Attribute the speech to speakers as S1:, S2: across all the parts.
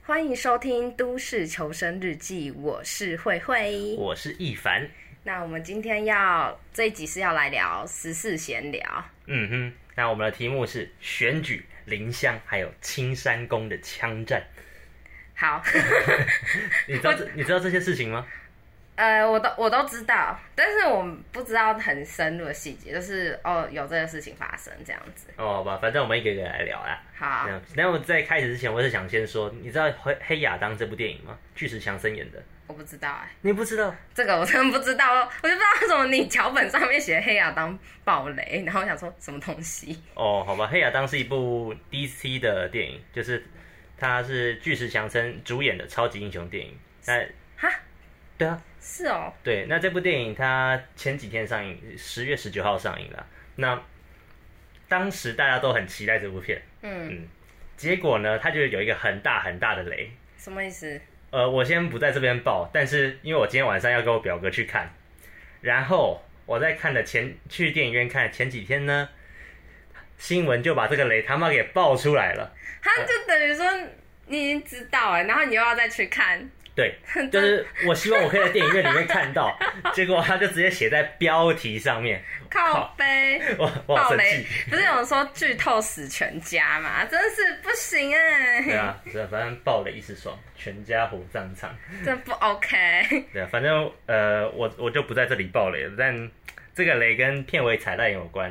S1: 欢迎收听《都市求生日记》，我是慧慧。
S2: 我是一凡。
S1: 那我们今天要这一集是要来聊时事闲聊，
S2: 嗯哼，那我们的题目是选举、林香还有青山宫的枪战。
S1: 好，
S2: 你知道 这你知道这些事情吗？
S1: 呃，我都我都知道，但是我不知道很深入的细节，就是哦有这个事情发生这样子。
S2: 哦，好吧，反正我们一个一个来聊啦。
S1: 好
S2: 这，样子。那我在开始之前，我是想先说，你知道《黑黑亚当》这部电影吗？巨石强森演的。
S1: 我不知道哎、
S2: 你不知道？
S1: 这个我真的不知道，我就不知道为什么你脚本上面写黑亚当暴雷，然后我想说什么东西？
S2: 哦，好吧，《黑亚当》是一部 DC 的电影，就是它是巨石强森主演的超级英雄电影。那
S1: 哈，
S2: 对啊，
S1: 是哦，
S2: 对，那这部电影它前几天上映，十月十九号上映了。那当时大家都很期待这部片，
S1: 嗯，
S2: 结果呢，它就有一个很大很大的雷。
S1: 什么意思？
S2: 呃，我先不在这边爆，但是因为我今天晚上要跟我表哥去看，然后我在看的前去电影院看前几天呢，新闻就把这个雷他妈给爆出来了。
S1: 他就等于说你已经知道哎、然后你又要再去看，
S2: 对，就是我希望我可以在电影院里面看到，结果他就直接写在标题上面，
S1: 靠背。
S2: 我我好
S1: 暴
S2: 生
S1: 雷
S2: 气。
S1: 不是有说剧透死全家嘛？真是不行哎、
S2: 对啊，是啊，反正爆雷一时爽，全家火葬场。
S1: 这不 OK。
S2: 对啊，反正呃，我我就不在这里爆雷了，但这个雷跟片尾彩蛋有关，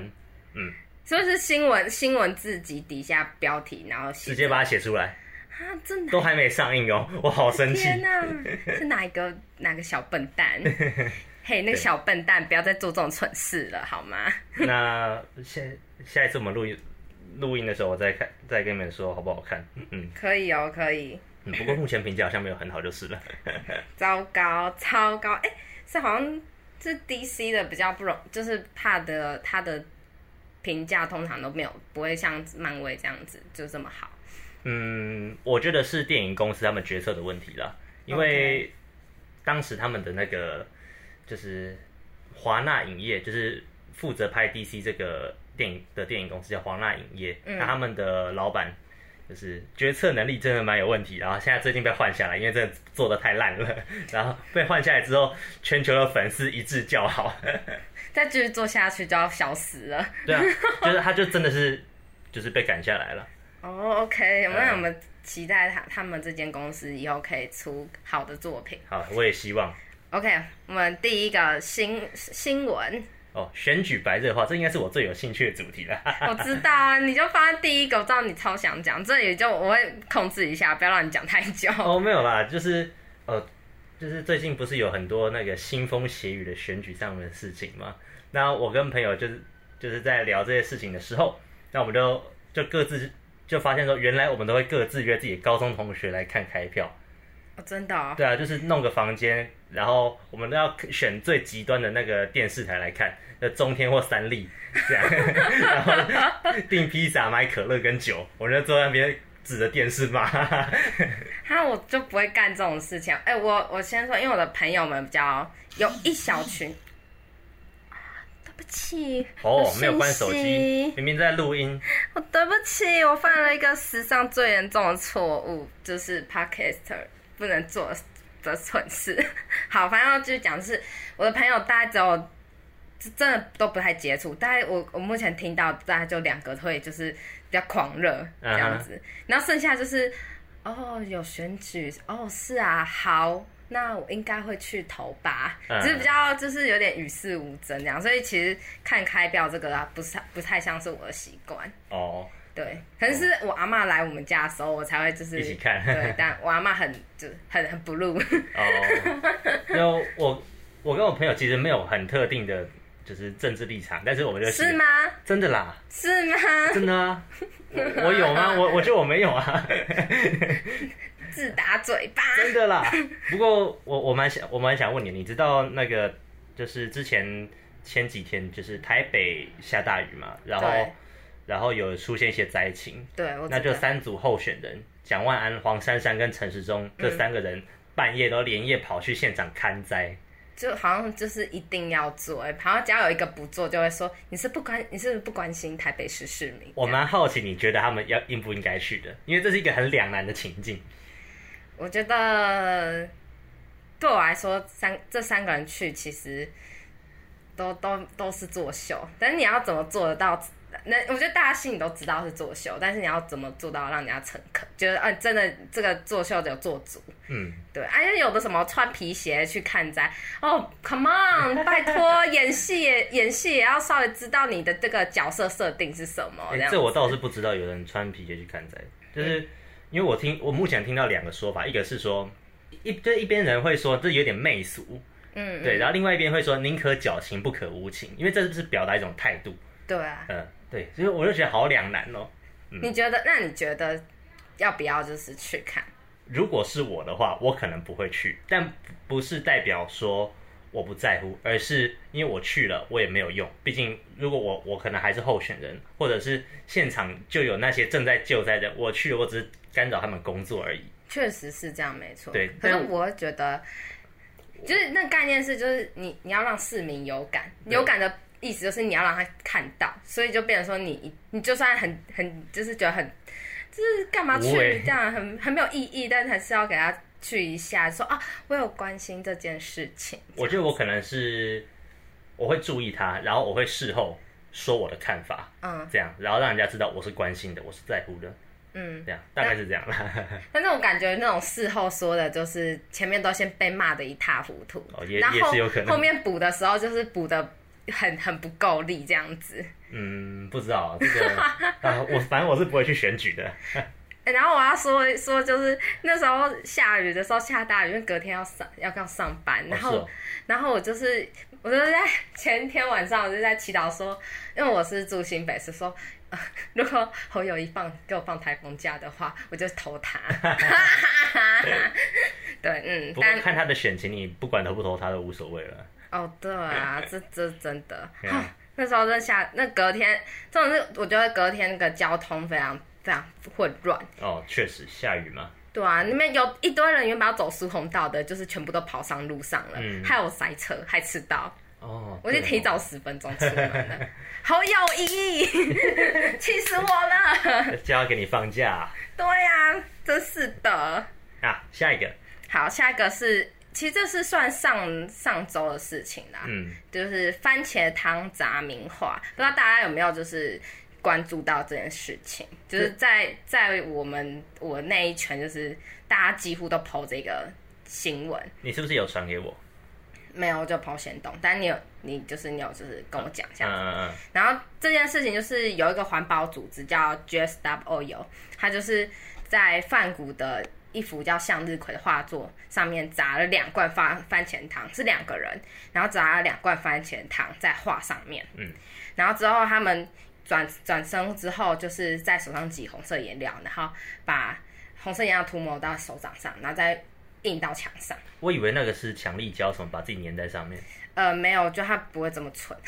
S1: 是不是新闻新闻自己底下标题，然后写
S2: 直接把它写出来，
S1: 啊，真的
S2: 都还没上映哦，我好生气。
S1: 天哪、是哪一个哪个小笨蛋？ 嘿，那个小笨蛋，不要再做这种蠢事了，好吗？
S2: 那下下一次我们录音录音的时候，我再看再跟你们说好不好看。嗯
S1: 可以哦，可以。
S2: 嗯，不过目前评价好像没有很好就是了。
S1: 糟糕，超高！哎、是好像是 DC 的比较不容，就是怕的他的评价通常都没有，不会像漫威这样子就这么好。
S2: 嗯，我觉得是电影公司他们决策的问题啦，因为当时他们的那个就是华纳影业，就是负责拍 DC 这个电影的电影公司叫华纳影业，那、他们的老板就是决策能力真的蛮有问题，然后现在最近被换下来，因为真的做的太烂了，然后被换下来之后，全球的粉丝一致叫好，
S1: 再继续做下去就要消失了。
S2: 对啊， 就是他就真的是就是被赶下来了。
S1: 哦、o k 我
S2: 嗯
S1: 们我们期待他他们这间公司以后可以出好的作品。
S2: 好，我也希望。
S1: OK，我们第一个新新闻，
S2: 哦，选举白热化，这应该是我最有兴趣的主题了。
S1: 我知道啊，你就放在第一个，我知道你超想讲，这里就我会控制一下，不要让你讲太久。
S2: 哦，没有啦，就是呃，就是最近不是有很多那个腥风血雨的选举上面的事情嘛？那我跟朋友就是就是在聊这些事情的时候，那我们就就各自就发现说，原来我们都会各自约自己的高中同学来看开票。
S1: 哦、真的、哦，
S2: 对啊，就是弄个房间，然后我们都要选最极端的那个电视台来看，呃，中天或三立这样， 然后订披萨、买可乐跟酒，我们就坐在那边指着电视骂。
S1: 哈，我就不会干这种事情。哎、我我先说，因为我的朋友们比较有一小群，啊 对不起，
S2: 哦
S1: 有，
S2: 没有关
S1: 讯
S2: 手机
S1: 息，
S2: 明明在录音。
S1: 我对不起，我犯了一个史上最严重的错误，就是 podcaster 不能做的蠢事。 好，反正就是讲是我的朋友，大概只有真的都不太接触，大概我我目前听到大概就两个会就是比较狂热这样子然后剩下就是哦有选举，哦是啊，好。那我应该会去投吧
S2: 嗯
S1: 只是比较就是有点与世无争这样，所以其实看开票这个啊，不是不太像是我的习惯。
S2: 哦，
S1: 对，可能是我阿嬷来我们家的时候，我才会就是
S2: 一起看
S1: 对，但我阿嬷很就是很很不入。
S2: 哦，就我我跟我朋友其实没有很特定的，就是政治立场，但是我们就是
S1: 是吗？
S2: 真的啦，
S1: 是吗？
S2: 真的啊，我我有吗？我我觉得我没有啊。
S1: 自打嘴巴。
S2: 真的啦。不过我我蛮想我蛮想问你，你知道那个就是之前前几天就是台北下大雨嘛，然
S1: 对哦
S2: 后然后有出现一些灾情，
S1: 对，我知道
S2: 那就三组候选人蒋万安、黄珊珊跟陈时中这三个人半夜都连夜跑去现场看灾。
S1: 就好像就是一定要做、欸，好像只要有一个不做，就会说你是不关你是不是不关心台北市市民。
S2: 我蛮好奇，你觉得他们要应不应该去的？因为这是一个很两难的情境。
S1: 我觉得对我来说，三这三个人去其实都都都是作秀，但是你要怎么做得到？那我觉得大家心里都知道是作秀，但是你要怎么做到让人家诚恳，觉得啊，真的这个作秀得有做足，
S2: 嗯，
S1: 对，而、且有的什么穿皮鞋去看展，哦，come on，拜托，演戏也演戏也要稍微知道你的这个角色设定是什么，
S2: 诶
S1: 样
S2: 哎这我
S1: 子
S2: 倒是不知道有人穿皮鞋去看展，就是因为我听我目前听到两个说法，一个是说一就一边人会说这有点媚俗，
S1: 嗯，
S2: 对，然后另外一边会说宁可矫情不可无情，因为这是表达一种态度，
S1: 对啊，
S2: 嗯，对，所以我就觉得好两难哦。
S1: 你觉得？那你觉得要不要就是去看？
S2: 如果是我的话，我可能不会去，但不是代表说我不在乎，而是因为我去了，我也没有用。毕竟如果我我可能还是候选人，或者是现场就有那些正在救灾的，我去了我只是干扰他们工作而已。
S1: 确实是这样，没错。
S2: 对
S1: 可是
S2: 但
S1: 我会觉得，就是那概念是，就是你你要让市民有感，
S2: 对
S1: 有感的意思就是你要让他看到，所以就变成说你你就算很很就是觉得很就是干嘛去
S2: 无谓
S1: 这样很很没有意义，但是还是要给他去一下，说啊我有关心这件事情。
S2: 我觉得我可能是我会注意他，然后我会事后说我的看法，
S1: 嗯
S2: 这样，然后让人家知道我是关心的，我是在乎的，
S1: 嗯，
S2: 这样大概是这样啦。
S1: 但是我感觉那种事后说的，就是前面都先被骂的一塌糊涂，
S2: 哦也
S1: 然后
S2: 也是有可能
S1: 后面补的时候就是补的很很不够力这样子。
S2: 嗯，不知道这个啊，我反正我是不会去选 举的。哦
S1: 欸然后我要说说，就是那时候下雨的时候下大雨，因为隔天要上要要上班，然后、
S2: 是哦
S1: 然后我就是我就是在前天晚上我就在祈祷说，因为我是住新北市，说、呃如果侯友谊放给我放台风假的话，我就投他。 对，嗯，
S2: 不过
S1: 但
S2: 看他的选情，你不管投不投他都无所谓了。
S1: 哦，对啊，这这真 的
S2: 对啊
S1: 啊那时候真的下那隔天，这种是我觉得隔天那个交通非常非常混乱。
S2: 哦，确实下雨嘛，
S1: 对啊，那边有一堆人原本要走苏红道的，就是全部都跑上路上了，
S2: 嗯
S1: 害我塞车，还迟到，
S2: 哦，
S1: 我就
S2: 对哦
S1: 提早，十分钟出门
S2: 啊
S1: 了， 好有意义， 气死我了！
S2: 交给你放假
S1: 对呀、啊，真是的。
S2: 啊。下一个，
S1: 好，下一个是，其实这是算上上周的事情啦，
S2: 嗯，
S1: 就是番茄汤炸名画，不知道大家有没有就是关注到这件事情？就是在在我们我那一圈，就是大家几乎都抛这个新闻，
S2: 你是不是有传给我？
S1: 没有就抛先动，但你有你就是你有就是跟我讲一
S2: 嗯
S1: 下。
S2: 嗯嗯，
S1: 然后这件事情就是有一个环保组织叫 Just Stop Oil，它就是在梵谷的一幅叫向日葵的画作上面砸了两罐番番茄糖，是两个人，然后砸了两罐番茄糖在画上面。
S2: 嗯，
S1: 然后之后他们转转身之后，就是在手上挤红色颜料，然后把红色颜料涂抹到手掌上，然后再印到墙上。
S2: 我以为那个是强力胶什么，把自己粘在上面。
S1: 呃，没有，就他不会这么蠢。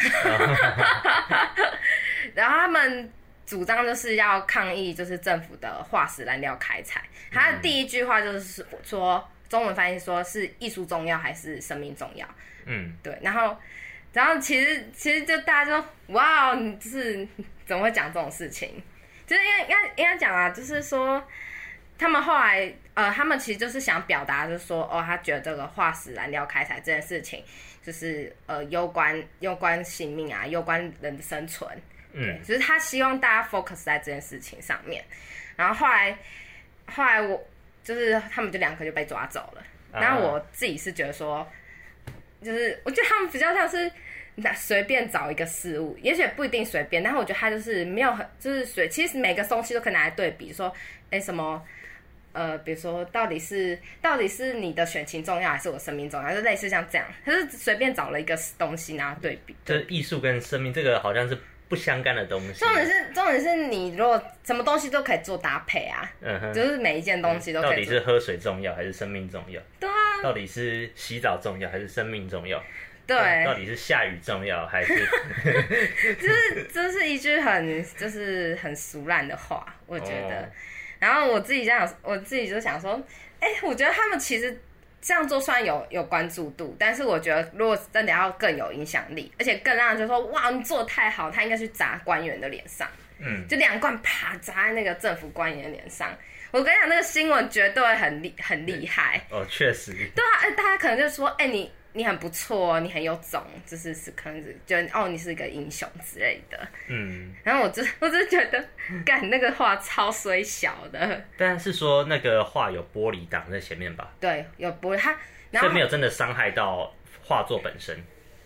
S1: 然后他们主张就是要抗议，就是政府的化石燃料开采。他的第一句话就是说，中文翻译说是艺术重要还是生命重要？
S2: 嗯，
S1: 对，然后，然后其实其实就大家就哇哦，你就是怎么会讲这种事情？就是应该应该应该讲啊，就是说他们后来呃，他们其实就是想表达，就是说哦，他觉得这个化石燃料开采这件事情，就是呃，攸关攸关性命啊，攸关人的生存，
S2: 嗯，
S1: 就是他希望大家 focus 在这件事情上面。然后后来后来我就是他们就两个就被抓走了。
S2: 啊
S1: 然后我自己是觉得说，就是我觉得他们比较像是那随便找一个事物，也许也不一定随便，但是我觉得他就是没有很就是随，其实每个东西都可以拿来对比，说哎什么。呃，比如说，到底是到底是你的选情重要，还是我生命重要？就类似像这样，他是随便找了一个东西拿来对比，
S2: 这艺术跟生命这个好像是不相干的东西
S1: 重。点是，重点是你如果什么东西都可以做搭配啊，
S2: 嗯哼，
S1: 就是每一件东西都
S2: 到
S1: 可
S2: 底
S1: 以做。
S2: 是喝水重要还是生命重要？
S1: 对啊，
S2: 到底是洗澡重要还是生命重要？到
S1: 对，
S2: 底是下雨重要 还是？
S1: 就是这是一句很就是很俗烂的话，我觉得。
S2: 哦
S1: 然后我自己这样，我自己就想说，哎、我觉得他们其实这样做虽然有有关注度，但是我觉得如果真的要更有影响力，而且更让人觉得说，哇，你做得太好，他应该去砸官员的脸上。
S2: 嗯，
S1: 就两罐啪砸在那个政府官员脸上。我跟你讲，那个新闻绝对很厉很厉害。
S2: 哦，确实，
S1: 对啊，哎大家可能就说，哎、你你很不错哦，你很有种，就是是可能是觉得哦，你是一个英雄之类的。
S2: 嗯，
S1: 然后我就 我就觉得，干那个话超虽小的，
S2: 但是说那个画有玻璃挡在前面吧，
S1: 对，有不他，然后
S2: 所以没有真的伤害到画作本身。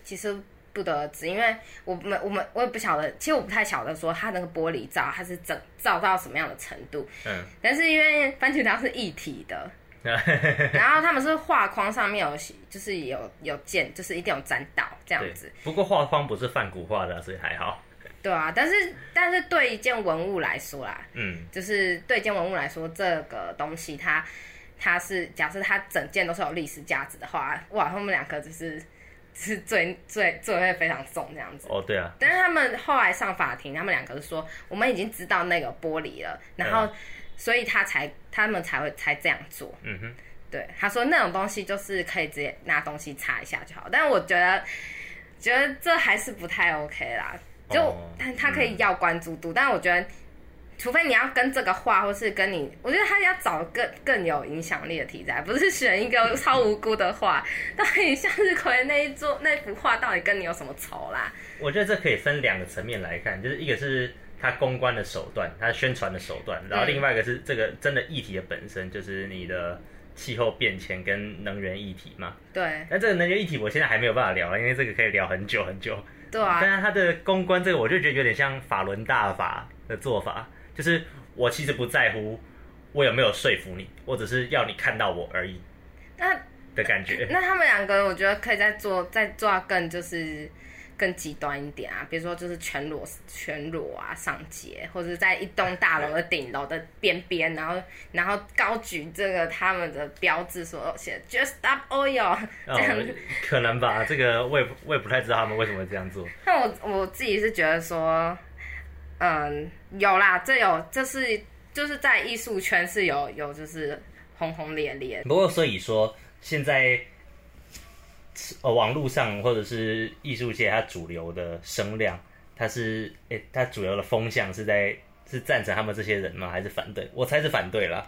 S1: 其实不得而知，因为我们我们我也不晓得，其实我不太晓得说它那个玻璃罩它是整罩到什么样的程度，
S2: 嗯，
S1: 但是因为番茄糖是一体 的，
S2: 对，
S1: 然后他们是画框上面有就是有有溅，就是一定有沾到这样子，
S2: 不过画框不是梵谷画的啊、所以还好。
S1: 对啊，但是但是对一件文物来说啦，
S2: 嗯，
S1: 就是对一件文物来说，这个东西它它是假设它整件都是有历史价值的话，哇，他们两个就是是罪罪罪会非常重这样子。
S2: 哦，对啊，
S1: 但是他们后来上法庭，他们两个就说我们已经知道那个玻璃了，然后、所以他才他们才会才这样做。
S2: 嗯哼，
S1: 对，他说那种东西就是可以直接拿东西擦一下就好，但我觉得觉得这还是不太 OK 啦。就、
S2: 哦
S1: 但他可以要关注度，但我觉得，除非你要跟这个画，或是跟你，我觉得他要找更更有影响力的题材，不是选一个超无辜的画。 到底向日葵那一座那幅画到底跟你有什么仇啦？
S2: 我觉得这可以分两个层面来看，就是一个是它公关的手段，它宣传的手段，然后
S1: 嗯
S2: 另外一个是这个真的议题的本身，就是你的气候变迁跟能源议题嘛。
S1: 对
S2: 但这个能源议题我现在还没有办法聊啊，因为这个可以聊很久很久。
S1: 对啊，
S2: 但是它的公关这个，我就觉得有点像法伦大法的做法，就是我其实不在乎我有没有说服你，我只是要你看到我而已
S1: 那
S2: 的 感觉。
S1: 那他们两个，我觉得可以再做再做到更就是更极端一点啊，比如说就是全裸全裸啊上街，或者在一栋大楼的顶楼的边边，然后然后高举这个他们的标志，说写 Just Up Oil 这样
S2: 哦，可能吧，这个我也不我也不太知道他们为什么会这样做。
S1: 那我我自己是觉得说，嗯，有啦，这有这是就是在艺术圈是有有就是轰轰烈烈，
S2: 不过，所以说现在呃网络上或者是艺术界，它主流的声量，它是诶、它主流的风向是在是赞成他们这些人吗？还是反对？我猜是反对啦。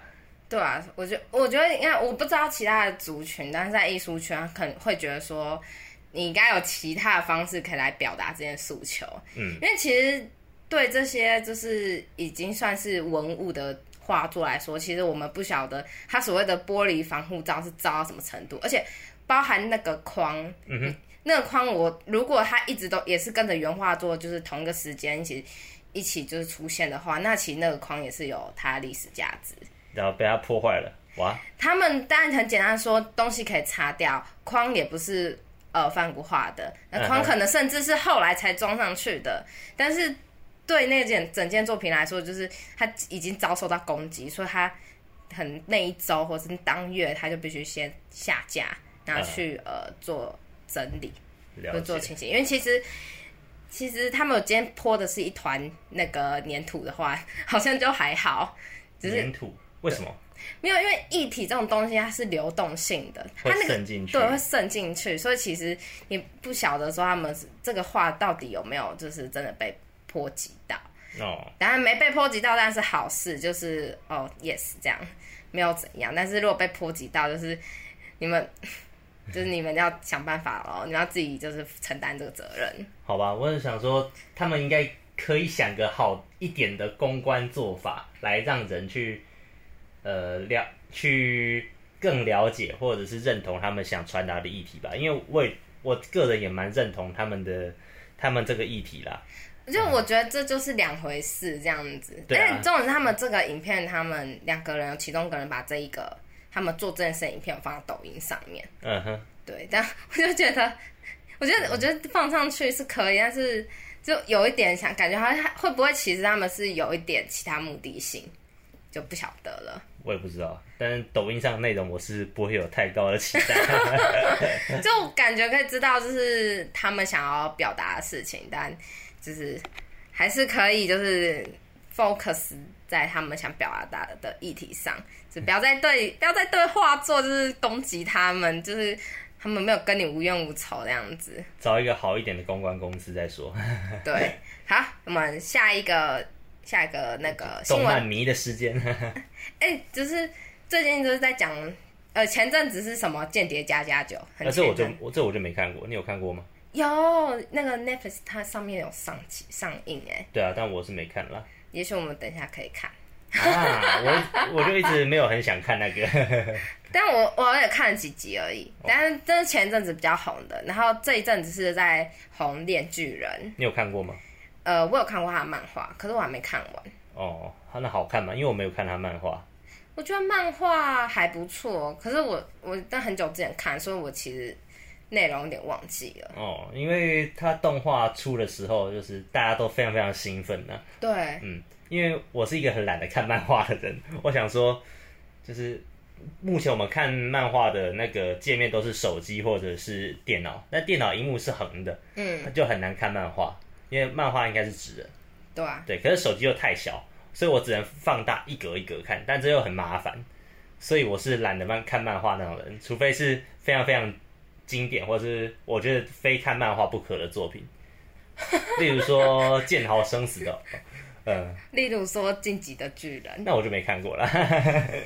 S1: 对啊，我觉我觉得应该我不知道其他的族群，但是在艺术圈可能会觉得说，你应该有其他的方式可以来表达这件诉求。
S2: 嗯，
S1: 因为其实对这些就是已经算是文物的画作来说，其实我们不晓得它所谓的玻璃防护罩是罩到什么程度，而且包含那个框，
S2: 嗯哼，
S1: 那个框我如果它一直都也是跟着原画作，就是同一个时间一起一起就是出现的话，那其实那个框也是有它的历史价值。
S2: 然后被它破坏了，哇！
S1: 他们当然很简单地说，东西可以擦掉，框也不是呃梵谷画的，那框
S2: 嗯哼
S1: 可能甚至是后来才装上去的。但是对那件整件作品来说，就是他已经遭受到攻击，所以他很那一周或是当月，他就必须先下架，然后去、呃做整理，
S2: 嗯了
S1: 就做
S2: 解，
S1: 清洗。因为其实其实他们有今天泼的是一团那个粘土的话，好像就还好，只是
S2: 粘土为什么
S1: 没有，因为液体这种东西它是流动性的，它
S2: 会
S1: 那个
S2: 渗进去？
S1: 对会渗进去，所以其实你不晓得说他们是这个话到底有没有就是真的被波及到。
S2: 哦，
S1: 当然没被波及到，但是好事就是哦，yes 这样没有怎样。但是如果被波及到，就是你们就是你们要想办法咯，你们要自己就是承担这个责任。
S2: 好吧，我是想说，他们应该可以想个好一点的公关做法，来让人去呃了去更了解或者是认同他们想传达的议题吧。因为我也我个人也蛮认同他们的他们这个议题啦。
S1: 就我觉得这就是两回事，这样子。
S2: 对啊
S1: 而且重点是他们这个影片，他们两个人，其中一个人把这一个他们做这件事的影片放到抖音上面，
S2: 嗯哼，
S1: 对。但 我就觉得，我觉得，我觉得放上去是可以，但是就有一点想感觉，好像会不会其实他们是有一点其他目的性，就不晓得了。
S2: 我也不知道，但是抖音上的内容我是不会有太高的期 待。
S1: 就感觉可以知道，就是他们想要表达的事情，但就是还是可以就是 focus 在他们想表达的议题上，就不要再对不要再对画作就是攻击他们，就是他们没有跟你无冤无仇这样 子。
S2: 找一个好一点的公关公司再说。
S1: 对，好，我们下一个下一个那个新
S2: 动漫
S1: 闻，
S2: 迷的时间，
S1: 哎、就是最近就是在讲，呃，前阵子是什么《间谍加加酒》，很
S2: 那这我
S1: 前
S2: 就
S1: 阵
S2: 我这我就没看过，你有看过吗？
S1: 有那个 Netflix 它上面有上起上映哎、
S2: 对啊，但我是没看啦。
S1: 也许我们等一下可以看。
S2: 啊，我 我就一直没有很想看那个，
S1: 但我我也看了几集而已，但是这是前阵子比较红的，然后这一阵子是在红《恋巨人》，
S2: 你有看过吗？
S1: 呃，我有看过他的漫画，可是我还没看完。
S2: 哦，他那好看吗？因为我没有看他漫画。
S1: 我觉得漫画还不错，可是我我但很久之前看，所以我其实内容有点忘记了。
S2: 哦，因为它动画出的时候，就是大家都非常非常兴奋呢、
S1: 对，
S2: 嗯，因为我是一个很懒得看漫画的人， 我想说，就是目前我们看漫画的那个界面都是手机或者是电脑，那电脑荧幕是横的，
S1: 嗯，
S2: 就很难看漫画，因为漫画应该是直的。
S1: 对啊，
S2: 对，可是手机又太小，所以我只能放大一格一格看，但这又很麻烦，所以我是懒得漫看漫画那种人，除非是非常非常经典，或是我觉得非看漫画不可的作品，例如说《剑豪生死》的，嗯，
S1: 例如说《晋级的巨人
S2: 那我就没看过了。》，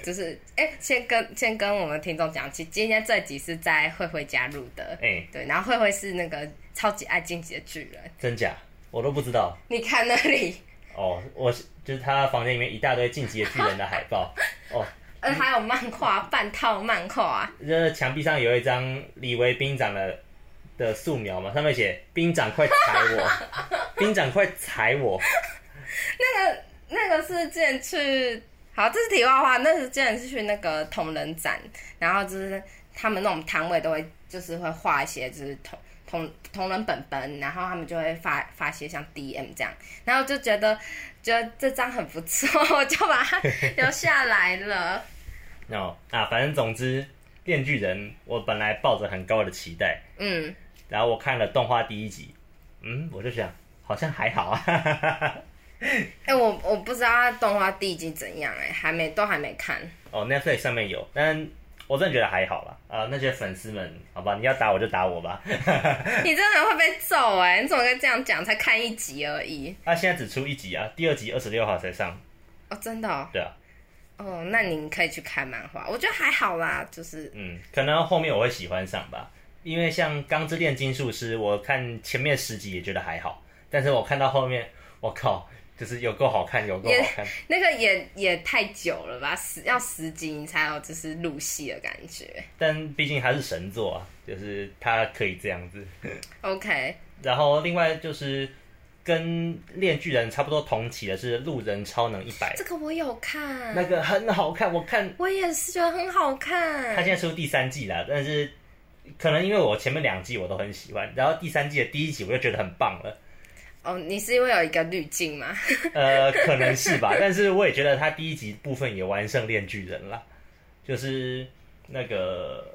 S1: 就是哎、先跟先跟我们听众讲，其实今天这集是在慧慧家录的，
S2: 哎、
S1: 对，然后慧慧是那个超级爱《晋级的巨人》，
S2: 真假我都不知道
S1: 你看那里，
S2: 哦，我是就是他房间里面一大堆《进击的巨人》的海报哦，
S1: 呃，还有漫画半套漫画，
S2: 那墙壁上有一张李维兵长的的素描嘛，上面写“兵长快踩我，兵长快踩我
S1: 那个是之前去，好，这是题外话。那是之前是去那个同人展，然后就是他们那种摊位都会，就是会画一些就是同同同人本本，然后他们就会发发些像 DM 这样，然后就觉得觉得这张很不错，我就把它留下来了。”。
S2: 然后啊，反正总之，《炼巨人》我本来抱着很高的期待，
S1: 嗯，
S2: 然后我看了动画第一集，嗯，我就想好像还好啊。
S1: 哎、我我不知道它动画第一集怎样、哎，还没都还没看。
S2: 哦，Netflix 上面有，但我真的觉得还好啦。啊、那些粉丝们，好吧，你要打我就打我吧。
S1: 你真的会被揍哎、你怎么可以这样讲？才看一集而已。
S2: 他、现在只出一集啊，第二集二十六号才上，
S1: 哦，真的哦。
S2: 对啊，
S1: 哦，那您可以去看漫画，我觉得还好啦，就是
S2: 嗯，可能后面我会喜欢上吧，因为像《钢之炼金术师》，我看前面十集也觉得还好，但是我看到后面，我靠，就是有够好看，有够好看。
S1: 那个也也太久了吧，十要十集你才有就是入戏的感觉。
S2: 但毕竟它是神作啊，就是它可以这样子。
S1: OK，
S2: 然后另外就是跟《炼巨人》差不多同期的是《路人超能一百
S1: 这》，个我有看，
S2: 那个很好看，我看
S1: 我也是觉得很好
S2: 它
S1: 看。
S2: 现在出第三季啦，但是可能因为我前面两季我都很喜欢，然后第三季的第一集我就觉得很棒了。
S1: 哦，你是因为有一个滤镜吗？
S2: 呃，可能是吧， 但是我也觉得他第一集部分也完胜《炼巨人》啦，就是那个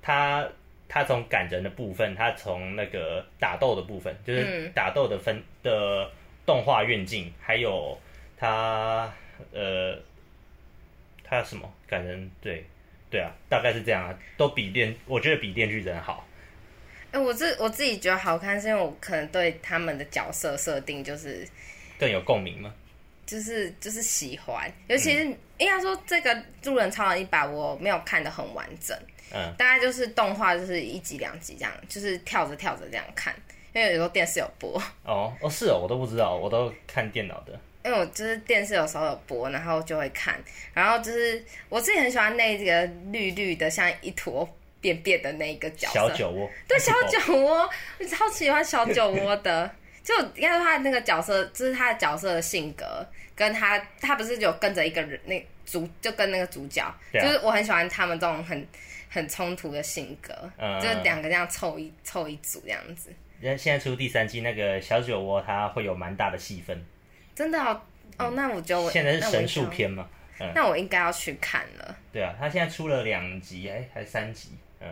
S2: 他他从感人的部分，他从那个打斗的部分，就是
S1: 嗯
S2: 打斗的分的动画运镜，还有他呃他什么感人，对对啊，大概是这样啊，都比炼，我觉得比《炼巨人》好。
S1: 哎、我自我自己觉得好看，是因为我可能对他们的角色设定就是
S2: 更有共鸣嘛？
S1: 就是就是喜欢，尤其是、应该说这个《路人超人一百》我没有看的很完整，
S2: 嗯，
S1: 大概就是动画就是一集两集这样，就是跳着跳着这样看，因为有时候电视有播，
S2: 哦哦是哦，我都不知道，我都看电脑的。
S1: 因为我就是电视有时候有播，然后就会看，然后就是我自己很喜欢那个绿绿的像一坨便便的那一个角
S2: 小
S1: 色，
S2: 酒窝，
S1: 对小酒窝，我超喜欢小 酒窝的。就应该说他那个角色，就是他的角色的性格，跟他他不是有跟着一个人那主，就跟那个主角，
S2: 对啊
S1: 就是我很喜欢他们这种很很冲突的性格，
S2: 嗯
S1: 就是两个这样凑一凑一组这样子，
S2: 那现在出第三季，那个小酒窝它会有蛮大的戏份。
S1: 真的哦，哦那我觉得我
S2: 嗯现在是神术，篇嘛？嗯，
S1: 那我应该要那我应该要去看了。
S2: 对啊，它现在出了两集，哎，还是三集？嗯，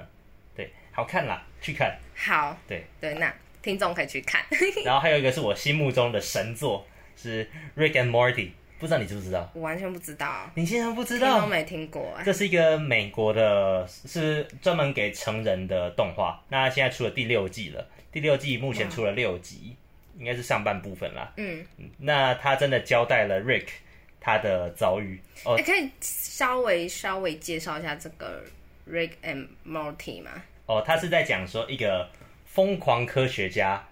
S2: 对，好看啦，去 看。
S1: 好，
S2: 对，
S1: 对，那听众可以去看。
S2: 然后还有一个是我心目中的神作是《Rick and Morty》，不知道你知不知道？
S1: 我完全不知道，
S2: 你竟然不知
S1: 听都
S2: 道？
S1: 没听过、哎
S2: 这是一个美国的，是专门给成人的动画。那现在出了第六季了，第六季目前出了六集，应该是上半部分啦。
S1: 嗯，
S2: 那他真的交代了 Rick 他的遭遇哦
S1: 你、，哎可以稍微稍微介绍一下这个 Rick and Morty 吗？
S2: 哦，他是在讲说一个疯狂科学家，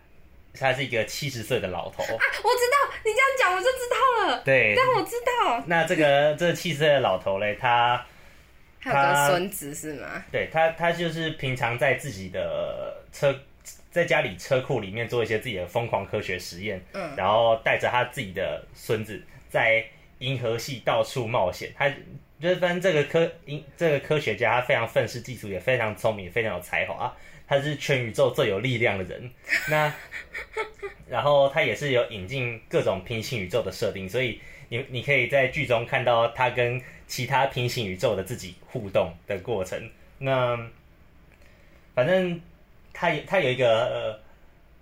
S2: 他是一个七十岁的老头。
S1: 啊，我知道，你这样讲我就知道了。
S2: 对，
S1: 但我知道，
S2: 那这个这七十岁的老头嘞，他
S1: 还有个孙子是吗？
S2: 对他他就是平常在自己的车在家里车库里面做一些自己的疯狂科学实验，
S1: 嗯，
S2: 然后带着他自己的孙子在银河系到处冒险。他就是反正这个科银这个科学家，他非常愤世嫉俗，也非常聪明，也非常有才华。啊他是全宇宙最有力量的人。那然后他也是有引进各种平行宇宙的设定，所以你你可以在剧中看到他跟其他平行宇宙的自己互动的过程。那反正他也他有一个、呃、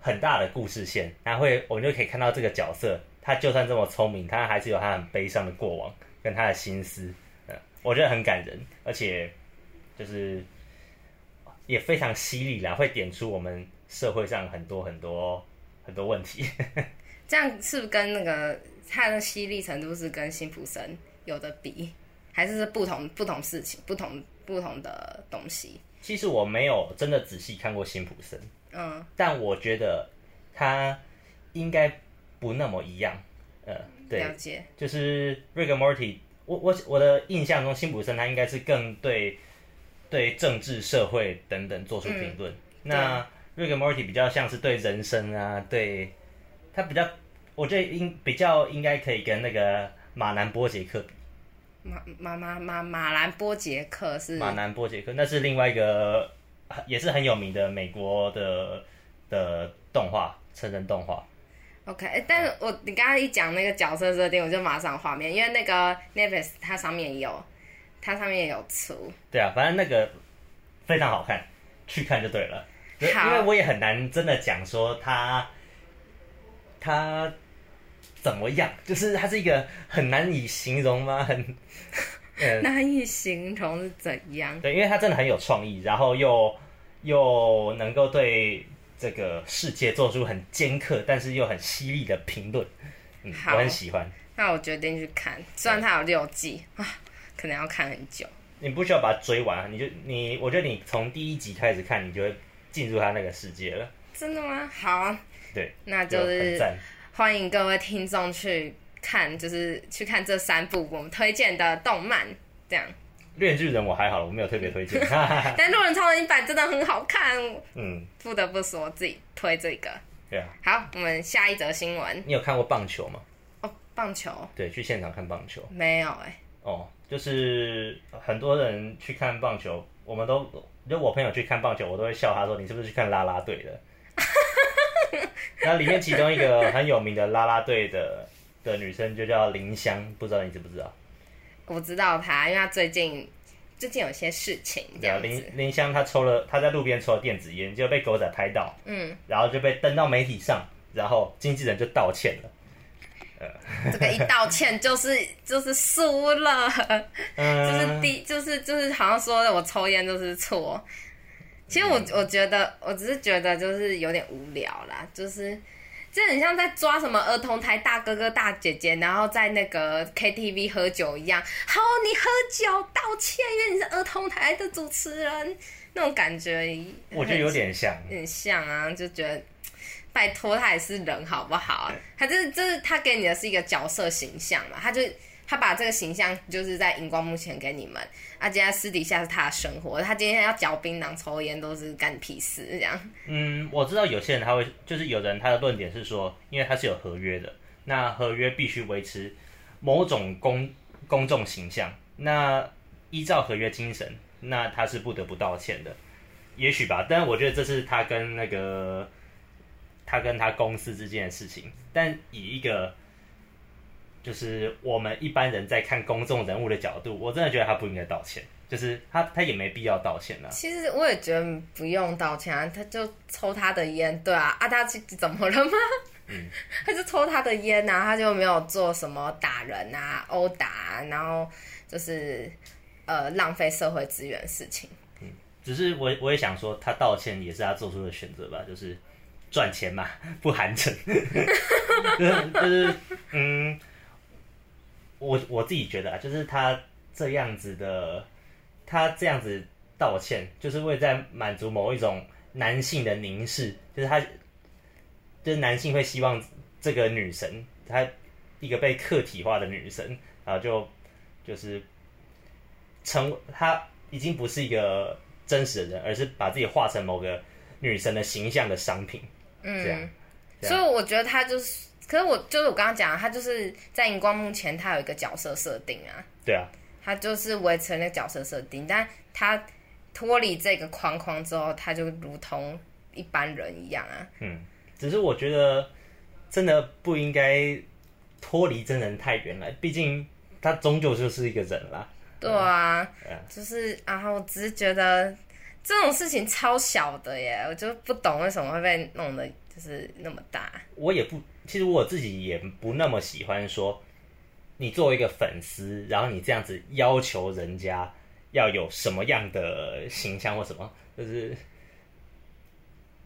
S2: 很大的故事线，然后会我们就可以看到这个角色，他就算这么聪明，他还是有他很悲伤的过往跟他的心思。嗯，我觉得很感人，而且就是也非常犀利啦，会点出我们社会上很多很多很多问题。
S1: 这样是不是跟那个它的犀利程度是跟辛普森有的比，还是是不同不同事情、不同不同的东西？
S2: 其实我没有真的仔细看过辛普森，
S1: 嗯，
S2: 但我觉得他应该不那么一样。呃，对，
S1: 了解。
S2: 就是《Rick and Morty》，我我我的印象中，辛普森他应该是更对对政治、社会等等做出评论。那《Rick and Morty》比较像是对人生啊，对他比较，我觉得应比较应该可以跟那个马南波杰克比。
S1: 马马马马马兰波杰克是
S2: 马南波杰克那是另外一个也是很有名的美国的的动画成人动画。
S1: OK，诶但
S2: 嗯
S1: 是我你刚刚一讲那个角色设定，我就马上有画面，因为那个 Nevis 它上面有，它上面也有出，
S2: 对啊，反正那个非常好看，去看就对了。对
S1: 好
S2: 因为我也很难真的讲说他他怎么样，就是他是一个很难以形容吗？很 呃，
S1: 难以形容是怎样。
S2: 对，因为他真的很有创意，然后又又能够对这个世界做出很尖刻，但是又很犀利的评论。嗯，
S1: 好
S2: 我很喜欢。
S1: 那我决定去看，虽然它有六季啊，可能要看很久。
S2: 你不需要把它追完，啊你就你，我觉得你从第一集开始看，你就会进入他那个世界了。
S1: 真的吗？好，
S2: 对，
S1: 那就
S2: 很
S1: 是
S2: 赞。
S1: 欢迎各位听众去看，就是去看这三部我们推荐的动漫，这样。
S2: 《恋巨人》我还好，我没有特别推荐。 哈哈哈
S1: 但《路人超人一版》真的很好看，
S2: 嗯，
S1: 不得不说自己推这个。
S2: 对啊，
S1: 好，我们下一则新闻
S2: 你有看过棒球吗？
S1: 哦，棒球
S2: 对，去现场看棒球
S1: 没有哎、
S2: 哦，就是很多人去看棒球，我们都就我朋友去看棒球，我都会笑他说你是不是去看啦啦队的？ 那里面其中一个很有名的啦啦队的的女生就叫林香，不知道你知不知道？
S1: 我知道他，因为他最近最近有些事情这
S2: 对啊，
S1: 样
S2: 林
S1: 子，
S2: 林香她抽了，她在路边抽了电子烟，就被狗仔拍到，
S1: 嗯，
S2: 然后就被登到媒体上，然后经纪人就道歉了。
S1: 这个一道歉就是 就是输了，
S2: 嗯，
S1: 就是第就是就是好像说的我抽烟就是错。其实我我觉得我只是觉得就是有点无聊啦，就是这很像在抓什么儿童台大哥哥大姐姐，然后在那个 KTV 喝酒一样。好，你喝酒道歉，因为你是儿童台的主持人，那种感觉
S2: 我觉得有点像，
S1: 有点像啊，就觉得拜托他也是人好不好啊？他这这是他给你的是一个角色形象嘛，他就他把这个形象就是在荧光幕前给你们，啊，今天私底下是他的生活，他今天要嚼槟榔、抽烟都是干你屁事这样。
S2: 嗯，我知道有些人他会，就是有人他的论点是说，因为他是有合约的，那合约必须维持某种公公众形象，那依照合约精神，那他是不得不道歉的，也许吧。但是我觉得这是他跟那个他跟他公司之间的事情，但以一个就是我们一般人在看公众人物的角度，我真的觉得他不应该道歉，就是他他也没必要道歉啊。
S1: 其实我也觉得不用道歉、啊，他就抽他的烟，对啊，啊他怎么了吗？ 他就抽他的烟啊，他就没有做什么打人啊、殴打、啊，然后就是呃浪费社会资源的事情。
S2: 只是我我也想说，他道歉也是他做出的选择吧，就是赚钱嘛， 不寒碜。就是就是嗯，我我自己觉得啊，就是他这样子的，他这样子道歉，就是为在满足某一种男性的凝视，就是他，就是男性会希望这个女神，她一个被客体化的女神，然后就就是成为她已经不是一个真实的人，而是把自己化成某个女神的形象的商品，这样
S1: 嗯，
S2: 这
S1: 所
S2: 样
S1: 以我觉得他就是，可是我就是我刚刚讲，他就是在荧光幕前，他有一个角色设定啊，
S2: 对啊，
S1: 他就是维持那个角色设定，但他脱离这个框框之后，他就如同一般人一样啊。
S2: 嗯，只是我觉得真的不应该脱离真人太远了，毕竟他终究就是一个人啦。
S1: 对啊，
S2: 嗯
S1: 就是啊，我只是觉得这种事情超小的耶，我就不懂为什么会被弄得就是那么大。
S2: 我也不，其实我自己也不那么喜欢说，你作为一个粉丝，然后你这样子要求人家要有什么样的形象或什么，就是，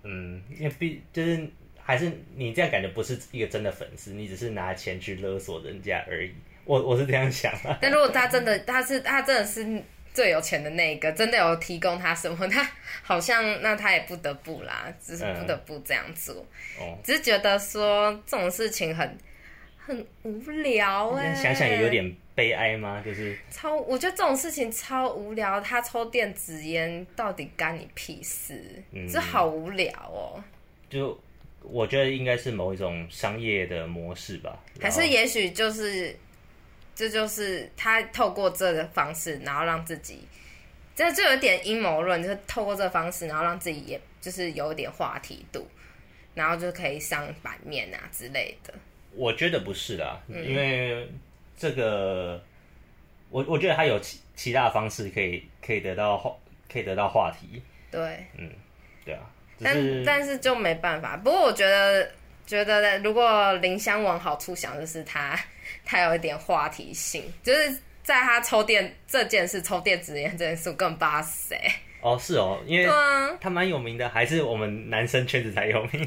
S2: 嗯，因为毕就是还是你这样感觉不是一个真的粉丝，你只是拿钱去勒索人家而已。我我是这样想啊，
S1: 但如果他真的，他是他真的是最有钱的那一个，真的有提供他什么，他好像那他也不得不啦，只是
S2: 嗯
S1: 不得不这样做。
S2: 哦，
S1: 只是觉得说这种事情很很无聊哎、
S2: 想想也有点悲哀吗？就是
S1: 超，我觉得这种事情超无聊。他抽电子烟到底干你屁事？
S2: 嗯
S1: 这好无聊哦。
S2: 就我觉得应该是某一种商业的模式吧，
S1: 还
S2: 然后
S1: 是也许就是，这就是他透过这个方式，然后让自己，这就有点阴谋论，就是透过这个方式，然后让自己也就是有一点话题度，然后就可以上版面啊之类的。
S2: 我觉得不是啦，因为这个，我我觉得他有其其他的方式可以可以得到话可以得到话题，
S1: 对，
S2: 对啊，只
S1: 但
S2: 是
S1: 但是就没办法。不过我觉得，觉得如果林香往好处想，就是他 他有一点话题性，就是在他抽电这件事、抽电子烟这件事，我根本不知道是谁。
S2: 哦是哦，因
S1: 对
S2: 为
S1: 啊，
S2: 他蛮有名的，还是我们男生圈子才有名，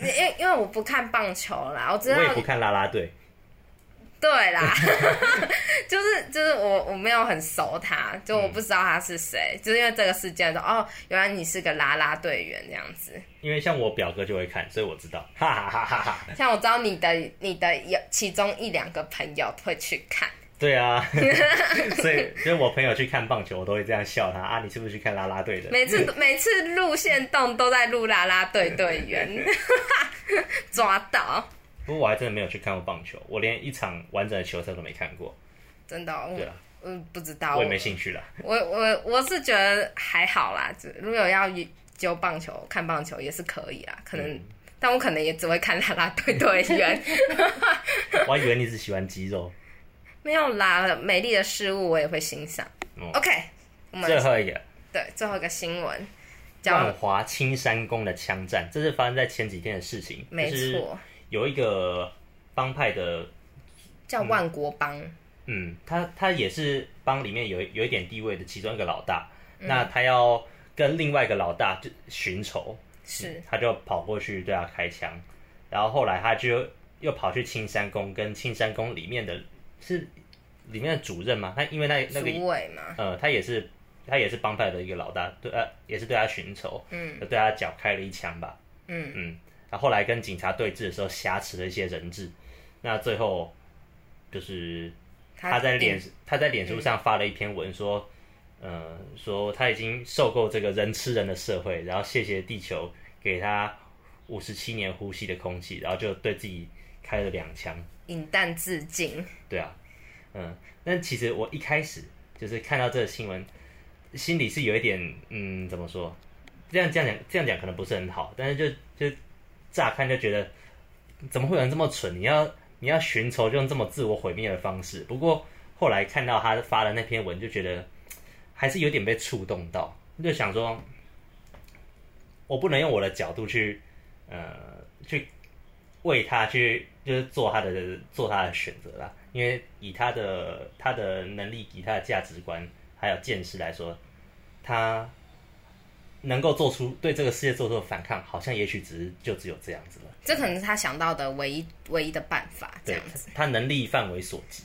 S1: 因为因为我不看棒球啦，我知道
S2: 我也不看啦啦队，
S1: 对啦， 就是就是我我没有很熟他，就
S2: 嗯
S1: 我不知道他是谁，就是因为这个事件说哦，原来你是个啦啦队员这样子。
S2: 因为像我表哥就会看，所以我知道，哈哈哈哈哈，
S1: 像我知道你的你的有其中一两个朋友会去看，
S2: 对啊， 所以所以我朋友去看棒球，我都会这样笑他啊，你是不是去看啦啦队的？
S1: 每次每次路线动都在录啦啦队队员， 抓到，
S2: 不过我还真的没有去看过棒球，我连一场完整的球赛都没看过，
S1: 真的哦、
S2: 对啊，
S1: 我嗯不知道，
S2: 我也没兴趣啦。
S1: 我我我是觉得还好啦，只如果要揪棒球看棒球也是可以啦，可能、
S2: 嗯
S1: 但我可能也只会看啦啦队队 员，
S2: 我还以为你只喜欢肌肉。
S1: 没有啦，美丽的事物我也会欣赏。
S2: 哦啊
S1: OK，我们
S2: 最后一个，
S1: 对最后一个新闻，
S2: 万
S1: 叫
S2: 华青山宫的枪战，这是发生在前几天的事情。
S1: 没
S2: 就是
S1: 错
S2: 有一个帮派的，
S1: 叫万国帮，
S2: 嗯，他他也是帮里面有有一点地位的其中一个老大，
S1: 嗯
S2: 那他要跟另外一个老大就寻仇，
S1: 是
S2: 他就跑过去对他开枪，然后后来他就又跑去青山宫，跟青山宫里面的是里面的主任嘛，他因为那那个
S1: 主委嘛，
S2: 呃，他也是他也是帮派的一个老大，对呃也是对他寻仇，
S1: 嗯，
S2: 就对他脚开了一枪吧，
S1: 嗯
S2: 嗯，然后后来跟警察对峙的时候挟持了一些人质，那最后就是他在
S1: 嗯
S2: 脸他在脸书上发了一篇文说，呃，说他已经受够这个人吃人的社会，然后谢谢地球给他五十七年呼吸的空气，然后就对自己开了两枪。
S1: 引弹自尽，
S2: 对啊，嗯，但其实我一开始就是看到这个新闻，心里是有一点，嗯，怎么说？这样这样讲，这样讲可能不是很好，但是就就乍看就觉得，怎么会有人这么蠢？你要你要寻仇就用这么自我毁灭的方式。不过后来看到他发的那篇文，就觉得还是有点被触动到，就想说，我不能用我的角度去，呃，去为他去就是做他的做他的选择啦，因为以他的他的能力、以他的价值观还有见识来说，他能够做出对这个世界做出的反抗，好像也许只是就只有这样子了。
S1: 这可能是他想到的唯一唯一的办法，这
S2: 对
S1: 样子。嗯
S2: 他能力范围所及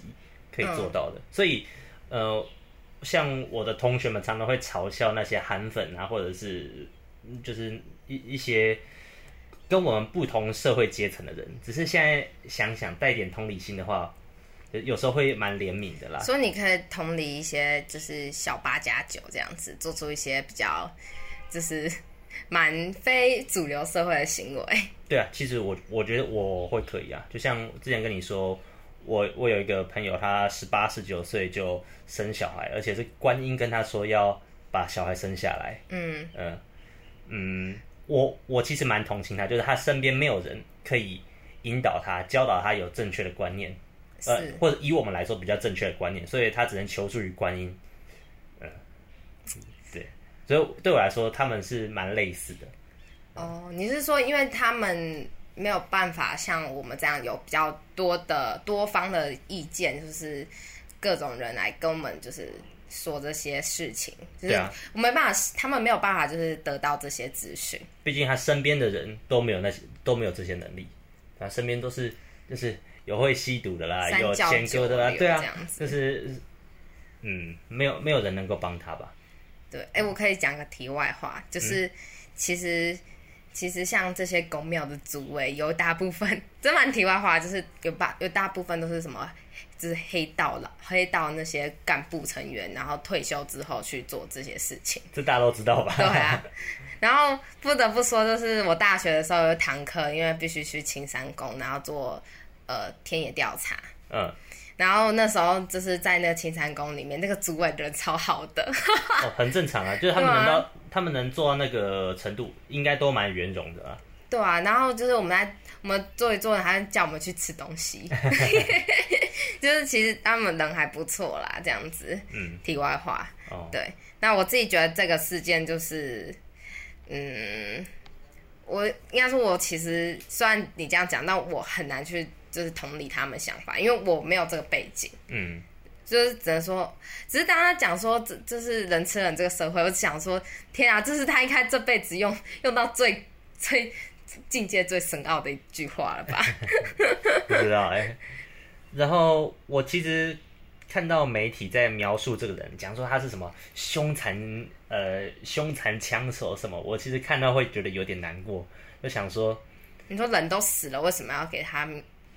S2: 可以做到的。所以呃，像我的同学们常常会嘲笑那些韩粉啊，或者是嗯就是一一些跟我们不同社会阶层的人，只是现在想想带一点同理心的话，有有时候会蛮怜悯的啦。
S1: 所以你可以同理一些，就是小八加九这样子，做出一些比较就是蛮非主流社会的行为。
S2: 对啊，其实我我觉得我会可以啊，就像之前跟你说，我我有一个朋友，他十八十九岁就生小孩，而且是观音跟他说要把小孩生下来。
S1: 嗯，
S2: 呃，嗯，我我其实蛮同情他，就是他身边没有人可以引导他、教导他有正确的观念，
S1: 是。
S2: 呃，或者以我们来说比较正确的观念，所以他只能求助于观音。呃，对，所以对我来说，他们是蛮类似的。
S1: 哦，你是说因为他们没有办法像我们这样有比较多的多方的意见，就是各种人来跟我们就是说这些事情，就
S2: 对
S1: 是
S2: 啊
S1: 我没办法，他们没有办法就是得到这些资讯。
S2: 毕竟他身边的人都没有那些都没有这些能力，他身边都是就是有会吸毒的啦，
S1: 三
S2: 有
S1: 教
S2: 前
S1: 九
S2: 科的啦，
S1: 流
S2: 对啊
S1: 这样，子
S2: 就是嗯，没有没有人能够帮他吧？
S1: 对，哎、我可以讲个题外话，就是、其实其实像这些公庙的主位，有大部分 真蛮题外话，就是有大有大部分都是什么，就是黑道了，黑道那些干部成员，然后退休之后去做这些事情。
S2: 这大家都知道吧？
S1: 对啊，然后不得不说，就是我大学的时候有堂课，因为必须去青山宫，然后做呃田野调查。
S2: 嗯，
S1: 然后那时候就是在那个青山宫里面，那个主委人超好的，
S2: 哦，很正 常啊，就是他们
S1: 对啊
S2: 能到他们能做到那个程度，应该都蛮圆融的啊。
S1: 对啊，然后就是我们在我们坐一坐，他叫我们去吃东西， 就是其实他们人还不错啦，这样子。
S2: 嗯，
S1: 题外话，
S2: 哦，
S1: 对，那我自己觉得这个事件就是，嗯，我应该说，我其实虽然你这样讲，但我很难去就是同理他们想法，因为我没有这个背景。
S2: 嗯，
S1: 就是只能说，只是当他讲说这这是人吃人这个社会，我只想说，天啊，这是他应该这辈子用用到最最境界最深奥的一句话了吧？
S2: 不知道哎、然后我其实看到媒体在描述这个人，讲说他是什么凶残呃凶残枪手什么，我其实看到会觉得有点难过，就想说
S1: 你说人都死了，为什么要给他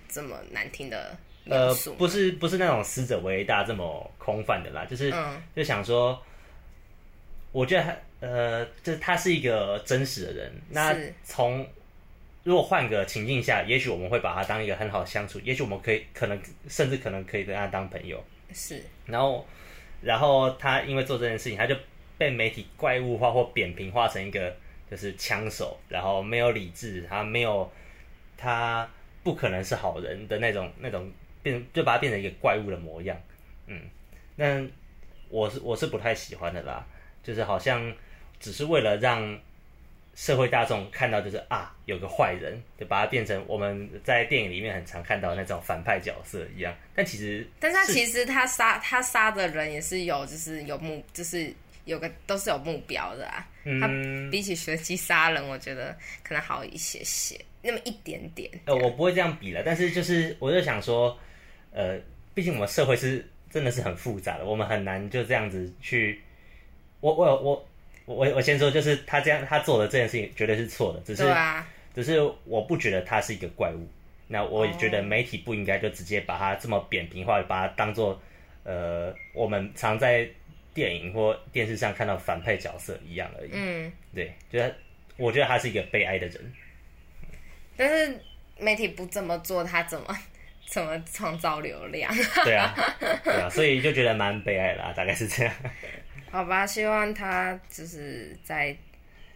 S1: 这么难听的描
S2: 呃
S1: 述？
S2: 不是不是那种死者为大这么空泛的啦，就是、
S1: 嗯
S2: 就想说，我觉得他呃就是他是一个真实的人，那
S1: 是
S2: 从。如果换个情境下，也许我们会把他当一个很好相处，也许我们可以可能甚至可能可以跟他当朋友，
S1: 是
S2: 然后，然后他因为做这件事情，他就被媒体怪物化或扁平化成一个就是枪手，然后没有理智，他没有，他不可能是好人的那种那种变，就把他变成一个怪物的模样。嗯，那我是我是不太喜欢的啦，就是好像只是为了让。社会大众看到就是啊，有个坏人，就把他变成我们在电影里面很常看到的那种反派角色一样。但其实，
S1: 但是他其实他杀他杀的人也是有，就是有目，就是有个都是有目标的啊。他
S2: 嗯，
S1: 比起学习杀人，我觉得可能好一些些，那么一点点。
S2: 呃，我不会这样比了，但是就是我就想说，呃，毕竟我们社会是真的是很复杂的，我们很难就这样子去，我我有我我我先说，就是他这样他做的这件事情绝对是错的，只是、
S1: 对啊，
S2: 只是我不觉得他是一个怪物，那我也觉
S1: 哦
S2: 得媒体不应该就直接把他这么扁平化，把他当做呃我们常在电影或电视上看到反派角色一样而已，
S1: 嗯，
S2: 对，就是他我觉得他是一个悲哀的人。
S1: 但是媒体不这么做，他怎么怎么创造流量？
S2: 对啊，对啊，所以就觉得蛮悲哀的啦，大概是这样。
S1: 好吧，希望他就是在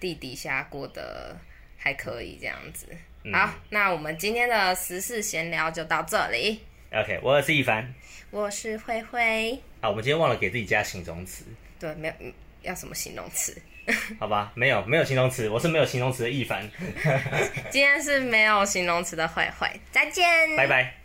S1: 地底下过得还可以这样子。
S2: 嗯
S1: 好，那我们今天的时事闲聊就到这里。
S2: OK，我是一凡
S1: 我是慧慧，
S2: 啊，我们今天忘了给自己加形容词，
S1: 对，没有嗯要什么形容词。
S2: 好吧？没有，没有形容词，我是没有形容词的一凡，
S1: 今天是没有形容词的慧慧，再见，
S2: 拜拜。